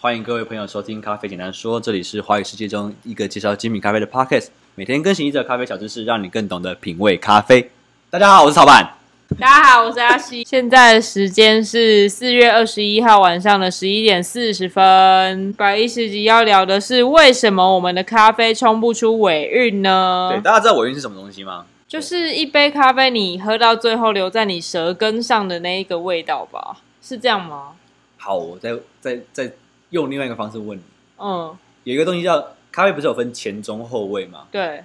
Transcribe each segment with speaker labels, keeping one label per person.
Speaker 1: 欢迎各位朋友收听《咖啡简单说》，这里是华语世界中一个介绍精品咖啡的 podcast，每天更新一则咖啡小知识，让你更懂得品味咖啡。大家好，我是曹板。
Speaker 2: 大家好，我是阿西。现在的时间是四月二十一号晚上的十一点四十分。百一十集要聊的是为什么我们的咖啡冲不出尾韵呢
Speaker 1: 对，？大家知道尾韵是什么东西吗？
Speaker 2: 就是一杯咖啡，你喝到最后留在你舌根上的那一个味道吧？是这样吗？
Speaker 1: 好，我再再再用另外一个方式问你，
Speaker 2: 嗯，
Speaker 1: 有一个东西叫咖啡，不是有分前中后卫吗？
Speaker 2: 对，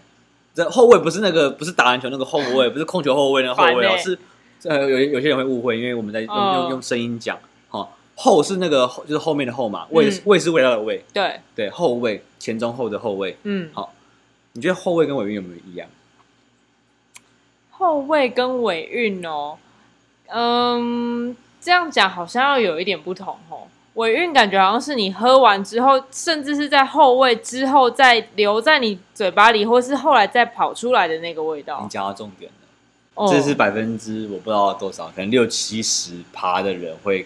Speaker 1: 这后卫不是那个不是打篮球那个后卫，不是控球后卫那个后卫哦，
Speaker 2: 烦欸
Speaker 1: 是呃有有些人会误会，因为我们在用、
Speaker 2: 嗯
Speaker 1: 用用声音讲，哦，后是那个后就是后面的后嘛，卫、
Speaker 2: 嗯
Speaker 1: 卫是味道的卫，
Speaker 2: 对，
Speaker 1: 对，后卫前中后的后卫。
Speaker 2: 嗯，
Speaker 1: 好你觉得后卫跟尾韵有没有一样？
Speaker 2: 后味跟尾韵哦，嗯，这样讲好像要有一点不同哦。尾韵感觉好像是你喝完之后，甚至是在后味之后再留在你嘴巴里，或是后来再跑出来的那个味
Speaker 1: 你
Speaker 2: 道。
Speaker 1: 讲到重点了，
Speaker 2: 哦
Speaker 1: 嗯这是百分之我不知道多少，可能六七十趴的人会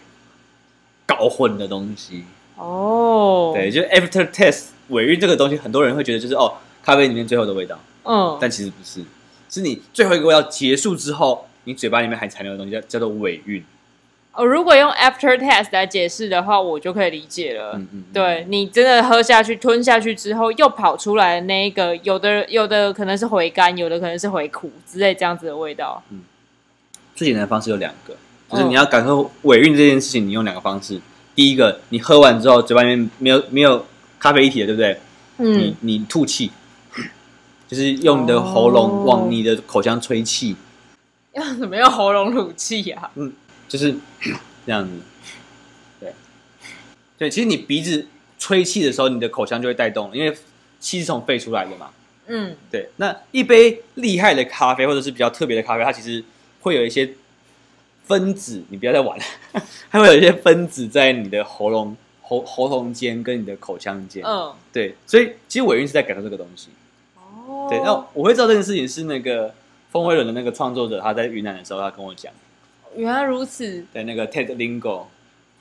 Speaker 1: 搞混的东西。
Speaker 2: 哦，
Speaker 1: 对，，就是 after taste 尾韵这个东西，很多人会觉得就是哦，咖啡里面最后的味道。
Speaker 2: 嗯，
Speaker 1: 但其实不是，是你最后一个味道结束之后，你嘴巴里面还残留的东西叫叫做尾韵。
Speaker 2: 哦，如果用 after taste 来解释的话，我就可以理解了。
Speaker 1: 嗯嗯，嗯，
Speaker 2: 对你真的喝下去、吞下去之后，又跑出来的那一个，有的有的可能是回甘，有的可能是回苦之类这样子的味道。
Speaker 1: 最简单的方式有两个，
Speaker 2: 嗯
Speaker 1: 就是你要感受尾韵这件事情，你用两个方式。第一个，你喝完之后嘴巴里面没有没有咖啡一体了，对不对？
Speaker 2: 嗯
Speaker 1: 你，你吐气，就是用你的喉咙
Speaker 2: 哦
Speaker 1: 往你的口腔吹气，
Speaker 2: 要怎么用喉咙吐气啊呀、
Speaker 1: 就是这样子。对，对，其实你鼻子吹气的时候，你的口腔就会带动，因为气是从肺出来的嘛。
Speaker 2: 嗯，
Speaker 1: 对，那一杯厉害的咖啡或者是比较特别的咖啡，它其实会有一些分子，你不要再玩了， 它会有一些分子在你的喉咙、喉喉咙间跟你的口腔间。
Speaker 2: 嗯，
Speaker 1: 对，所以其实尾韵是在感受这个东西。
Speaker 2: 哦
Speaker 1: 对，那我会知道这件事情是那个风威轮的那个创作者他在云南的时候，他跟我讲，
Speaker 2: 原来如此
Speaker 1: 对，那个 Ted Lingo，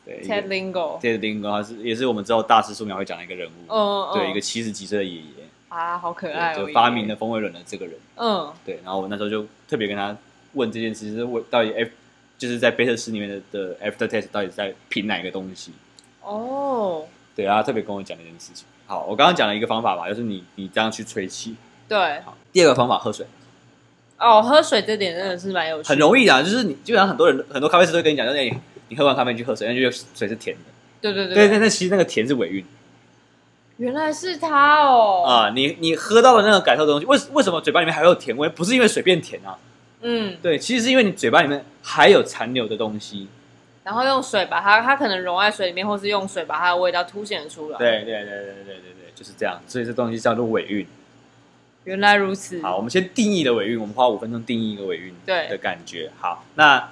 Speaker 1: 对
Speaker 2: ，Ted Lingo，
Speaker 1: Ted Lingo，他是也是我们之后大师素描会讲的一个人物，
Speaker 2: 嗯嗯，
Speaker 1: 对，一个七十几岁的爷爷，
Speaker 2: 啊，好可爱、
Speaker 1: 对，
Speaker 2: 哦，
Speaker 1: 就发明了，风威轮的这个人。
Speaker 2: 嗯
Speaker 1: 对，然后我那时候就特别跟他问这件事，就是我到底 F 就是在 beta 师里面的的 after test 到底是在评哪一个东西？
Speaker 2: 哦，
Speaker 1: 对，然后他特别跟我讲这件事情。好，我刚刚讲了一个方法吧，就是你你这样去吹气。
Speaker 2: 对，
Speaker 1: 好，第二个方法喝水，
Speaker 2: 哦，喝水这点真的是蛮有趣的，
Speaker 1: 很容易啊，就是你基本上很多人很多咖啡师都会跟你讲，就是你你喝完咖啡你去喝水，那就水是甜的。
Speaker 2: 对对对
Speaker 1: 对，但但其实那个甜是尾韵
Speaker 2: 原来是他哦，
Speaker 1: 啊，你你喝到的那个感受的东西，为为什么嘴巴里面还会有甜味？不是因为水变甜啊，
Speaker 2: 嗯，
Speaker 1: 对，其实是因为你嘴巴里面还有残留的东西。
Speaker 2: 然后用水把它，它可能溶在水里面，或是用水把它的味道凸显出来，，
Speaker 1: 对对对对对对对，就是这样。所以这东西叫做尾韵。
Speaker 2: 原来如此，
Speaker 1: 好，我们先定义了尾韵，我们花五分钟定义一个尾韵
Speaker 2: 对
Speaker 1: 的感觉。好，那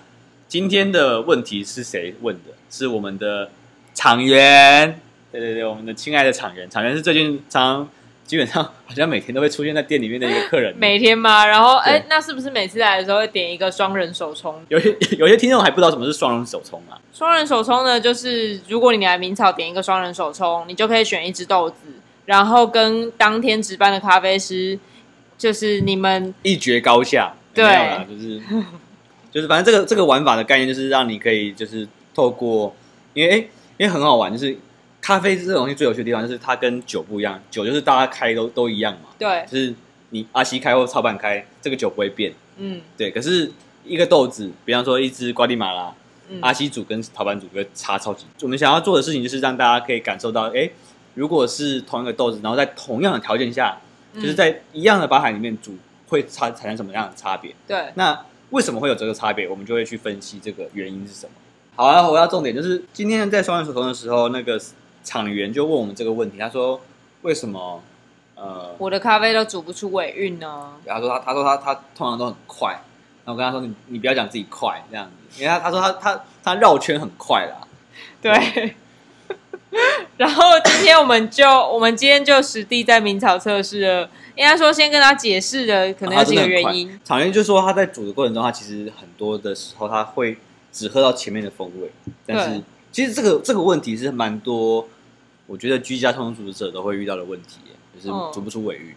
Speaker 1: 今天的问题是谁问的？是我们的场员。对对对，我们的亲爱的场员，场员是最近常基本上好像每天都会出现在店里面的一个客人。
Speaker 2: 每天吗？然后哎
Speaker 1: 对，
Speaker 2: 那是不是每次来的时候会点一个双人手冲？
Speaker 1: 有些有些听众还不知道什么是双龙手冲啊，
Speaker 2: 双人手冲呢，就是如果你来明草点一个双人手冲，你就可以选一支豆子，然后跟当天值班的咖啡师，就是你们
Speaker 1: 一决高下。
Speaker 2: 对
Speaker 1: 没有啦就是 就是，反正这个这个玩法的概念就是让你可以就是透过，因为哎、因为很好玩，就是咖啡这种东西最有趣的地方就是它跟酒不一样，酒就是大家开都都一样嘛，
Speaker 2: 对，
Speaker 1: 就是你阿西开或超板开，这个酒不会变，
Speaker 2: 嗯
Speaker 1: 对。可是一个豆子，比方说一只瓜地马拉，
Speaker 2: 嗯
Speaker 1: 阿西煮跟陶板煮就会差超级。我们想要做的事情就是让大家可以感受到，哎、如果是同一个豆子，然后在同样的条件下，
Speaker 2: 嗯
Speaker 1: 就是在一样的吧台里面煮，会差产生什么样的差别？
Speaker 2: 对，
Speaker 1: 那为什么会有这个差别？我们就会去分析这个原因是什么。好啊，回到重点，就是今天在双人手冲的时候，那个场员就问我们这个问题，他说为什么？呃，
Speaker 2: 我的咖啡都煮不出尾韵呢。
Speaker 1: 他说他他说他他通常都很快，然后我跟他说你你不要讲自己快这样子，因为他他说他他他绕圈很快啦，
Speaker 2: 对。 然后今天我们就，我们今天就实地在明草测试了。应该说，先跟他解释的可能
Speaker 1: 啊
Speaker 2: 有几个原因。
Speaker 1: 场员就说他在煮的过程中，他其实很多的时候他会只喝到前面的风味，但是
Speaker 2: 对
Speaker 1: 其实这个这个问题是蛮多我觉得居家通勤族者都会遇到的问题耶，就是
Speaker 2: 嗯
Speaker 1: 足不出尾韵。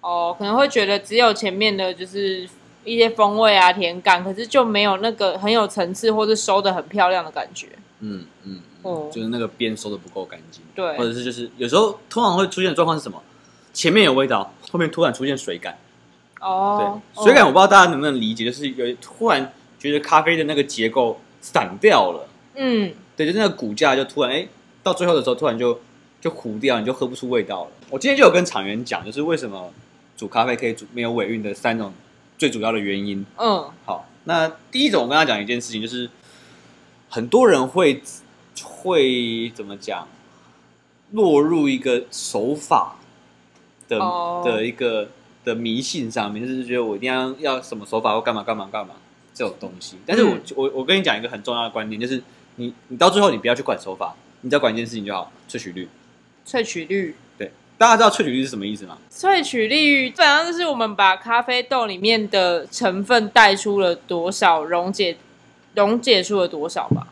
Speaker 2: 哦，可能会觉得只有前面的就是一些风味啊、甜感，可是就没有那个很有层次或者收的很漂亮的感觉。
Speaker 1: 嗯嗯，
Speaker 2: 哦
Speaker 1: 嗯，就是那个边收的不够干净，
Speaker 2: 对
Speaker 1: 或者是就是有时候通常会出现的状况是什么？前面有味道，后面突然出现水感，
Speaker 2: 哦，
Speaker 1: 对，水感我
Speaker 2: 哦
Speaker 1: 不知道大家能不能理解，就是有突然觉得咖啡的那个结构散掉了，
Speaker 2: 嗯，
Speaker 1: 对，就是那个骨架就突然哎、到最后的时候突然就就糊掉，你就喝不出味道了。我今天就有跟厂员讲，就是为什么煮咖啡可以煮没有尾韵的三种最主要的原因。
Speaker 2: 嗯，
Speaker 1: 好，那第一种我跟他讲一件事情，就是很多人会会怎么讲，落入一个手法的、
Speaker 2: 哦
Speaker 1: 的一个的迷信上面，就是觉得我一定要要什么手法或干嘛干嘛干嘛这种东西。但是我、
Speaker 2: 嗯
Speaker 1: 我我跟你讲一个很重要的观念，就是你你到最后你不要去管手法，你只要管一件事情就好，萃取率。
Speaker 2: 萃取率，
Speaker 1: 对，大家知道萃取率是什么意思吗？
Speaker 2: 萃取率，基本上就是我们把咖啡豆里面的成分带出了多少，溶解溶解出了多少吧。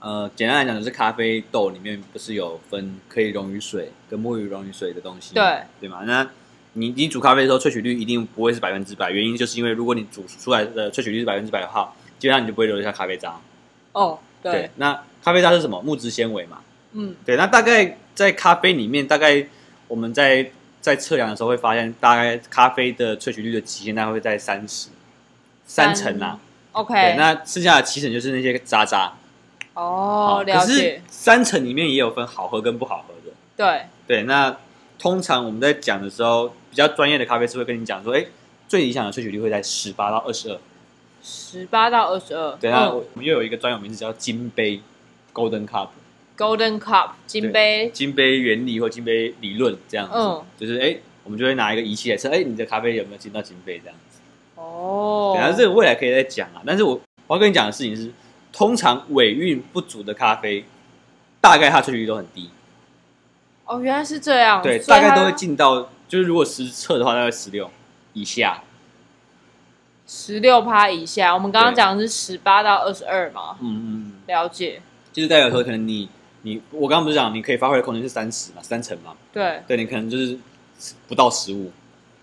Speaker 1: 呃，简单来讲，就是咖啡豆里面不是有分可以溶于水跟不溶于溶于水的东西，
Speaker 2: 对
Speaker 1: 对吗？那你你煮咖啡的时候，萃取率一定不会是百分之百，原因就是因为如果你煮出来的萃取率是百分之百的话，基本上你就不会留下咖啡渣。
Speaker 2: 哦，对，
Speaker 1: 那咖啡渣是什么？木质纤维嘛。
Speaker 2: 嗯，
Speaker 1: 对，那大概在咖啡里面，大概我们在在测量的时候会发现，大概咖啡的萃取率的极限大概会在三十三成啊。对，
Speaker 2: ，OK，
Speaker 1: 那剩下的七成就是那些渣渣。
Speaker 2: 哦，了
Speaker 1: 可是
Speaker 2: 解，
Speaker 1: 三层里面也有分好喝跟不好喝的。
Speaker 2: 对，
Speaker 1: 对，那通常我们在讲的时候，比较专业的咖啡师会跟你讲说，哎，最理想的萃取率会在十八到二十二。
Speaker 2: 十八到二十二，
Speaker 1: 对，那
Speaker 2: 嗯
Speaker 1: 我们又有一个专有名字叫金杯 （Golden Cup）。
Speaker 2: Golden Cup 金杯，
Speaker 1: 金杯原理或金杯理论这样子，
Speaker 2: 嗯
Speaker 1: 就是哎、我们就会拿一个仪器来测，哎、你的咖啡有没有进到金杯这样子。
Speaker 2: 哦
Speaker 1: 对，然后这个未来可以再讲啊。但是我我要跟你讲的事情是，通常尾韵不足的咖啡，大概它萃取率都很低。
Speaker 2: 哦，原来是这样，
Speaker 1: 对，
Speaker 2: 所以
Speaker 1: 大概都
Speaker 2: 它
Speaker 1: 会进到，就是如果实测的话，大概十六以下。
Speaker 2: 十六趴以下。我们刚刚讲的是十八到二十二嘛，
Speaker 1: 嗯嗯，
Speaker 2: 了解，
Speaker 1: 就是代表说，可能你你我刚刚不是讲，你可以发挥的空间是三十嘛，三成嘛，
Speaker 2: 对，
Speaker 1: 对你可能就是不到十五。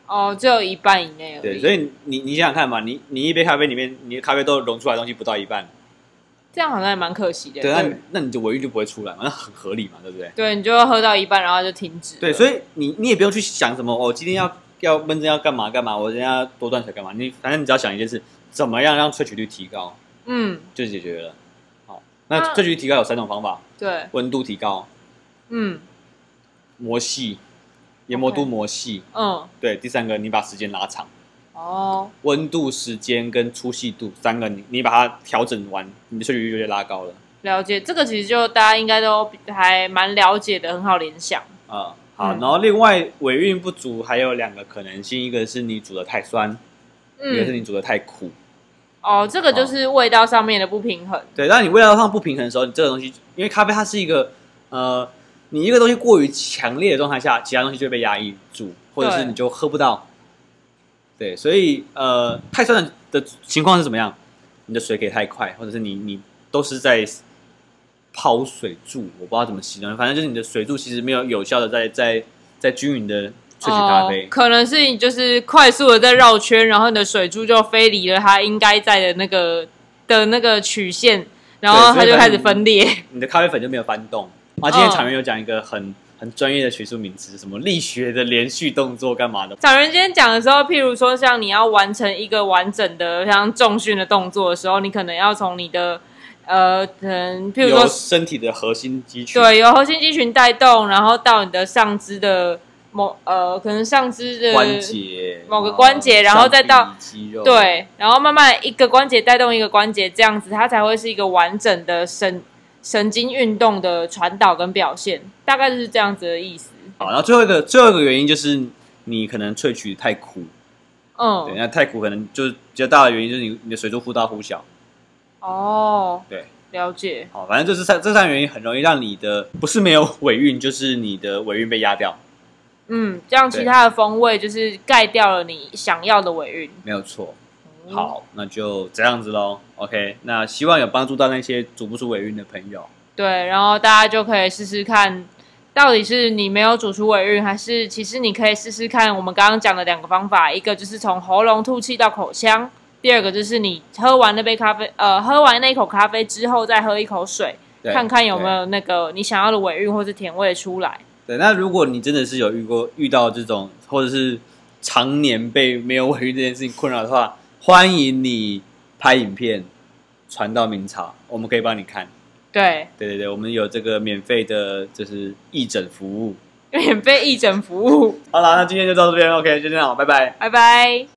Speaker 2: 哦，只有一半以内而已，
Speaker 1: 对，所
Speaker 2: 以
Speaker 1: 以你你想想看嘛，你你一杯咖啡里面，你的咖啡豆溶出来的东西不到一半，
Speaker 2: 这样好像也蛮可惜的，
Speaker 1: 对，那你那你就尾韵就不会出来嘛，那很合理嘛，对不对？
Speaker 2: 对，你就喝到一半，然后就停止了。
Speaker 1: 对，所以你你也不用去想什么哦，今天要要闷蒸要干嘛干嘛，我今天要多断水干嘛，你反正你只要想一件事，怎么样让萃取率提高
Speaker 2: 嗯，
Speaker 1: 就解决了。好，那
Speaker 2: 那
Speaker 1: 萃取率提高有三种方法，
Speaker 2: 对，
Speaker 1: 温度提高、
Speaker 2: 嗯
Speaker 1: 磨细、研磨度
Speaker 2: OK
Speaker 1: 磨细。
Speaker 2: 嗯，
Speaker 1: 对，第三个你把时间拉长，
Speaker 2: 哦，
Speaker 1: 温度、时间跟粗细度三个你你把它调整完，你的萃取率就会拉高了。
Speaker 2: 了解，这个其实就大家应该都还蛮了解的，很好联想。
Speaker 1: 啊、好，
Speaker 2: 嗯
Speaker 1: 然后另外尾韵不足还有两个可能性，一个是你煮的太酸，一个是
Speaker 2: 嗯，
Speaker 1: 你煮的太苦。
Speaker 2: 哦，这个就是味道上面的不平衡。
Speaker 1: 对，当你味道上不平衡的时候，你这个东西，因为咖啡它是一个呃，你一个东西过于强烈的状态下，其他东西就会被压抑住，或者是
Speaker 2: 对
Speaker 1: 你就喝不到。对，所以呃，太酸的的情况是怎么样？你的水给太快，或者是你你都是在抛水柱，我不知道怎么形容，反正就是你的水柱其实没有有效的在在在均匀的萃取咖啡。
Speaker 2: 哦，可能是你就是快速的在绕圈，然后你的水珠就飞离了它应该在的那个的那个曲线，然后它就开始分裂。
Speaker 1: 你的咖啡粉就没有翻动。啊，今天
Speaker 2: 嗯
Speaker 1: 常员有讲一个很很专业的学术名词，什么力学的连续动作干嘛的，
Speaker 2: 找人今天讲的时候，譬如说像你要完成一个完整的像重训的动作的时候，你可能要从你的呃，可能譬如
Speaker 1: 由
Speaker 2: 说
Speaker 1: 身体的核心肌群，
Speaker 2: 对由核心肌群带动，然后到你的上肢的某呃，可能上肢的
Speaker 1: 关节
Speaker 2: 某个关节然后再到
Speaker 1: 上臂肌肉，
Speaker 2: 对，然后慢慢一个关节带动一个关节，这样子它才会是一个完整的神神经运动的传导跟表现，大概就是这样子的意思。
Speaker 1: 好，然后最后一个最后一个原因就是你可能萃取太苦，对，
Speaker 2: 嗯，
Speaker 1: 那太苦可能就是比较大的原因就是你你的水柱忽大忽小，
Speaker 2: 哦，
Speaker 1: 对，
Speaker 2: 了解，
Speaker 1: 好，反正这是三这三个原因很容易让你的不是没有尾韵，就是你的尾韵被压掉，
Speaker 2: 嗯，这样
Speaker 1: 对
Speaker 2: 其他的风味就是盖掉了你想要的尾韵。
Speaker 1: 没有错。
Speaker 2: 嗯
Speaker 1: 好，那就这样子喽。OK，那希望有帮助到那些煮不出尾韵的朋友。
Speaker 2: 对，然后大家就可以试试看到底是你没有煮出尾韵，还是其实你可以试试看我们刚刚讲的两个方法，一个就是从喉咙吐气到口腔，第二个就是你喝完那杯咖啡，呃，喝完那口咖啡之后再喝一口水，
Speaker 1: 对
Speaker 2: 看看有没有那个你想要的尾韵或是甜味出来。
Speaker 1: 对。对那如果你真的是有遇过遇到这种，或者是常年被没有尾韵这件事情困扰的话，欢迎你拍影片传到明朝，我们可以帮你看。
Speaker 2: 对，
Speaker 1: 对对对，我们有这个免费的，就是义诊服务。
Speaker 2: 免费义诊服务，
Speaker 1: 好啦，那今天就到这边，OK，就这样，拜拜。
Speaker 2: 拜拜。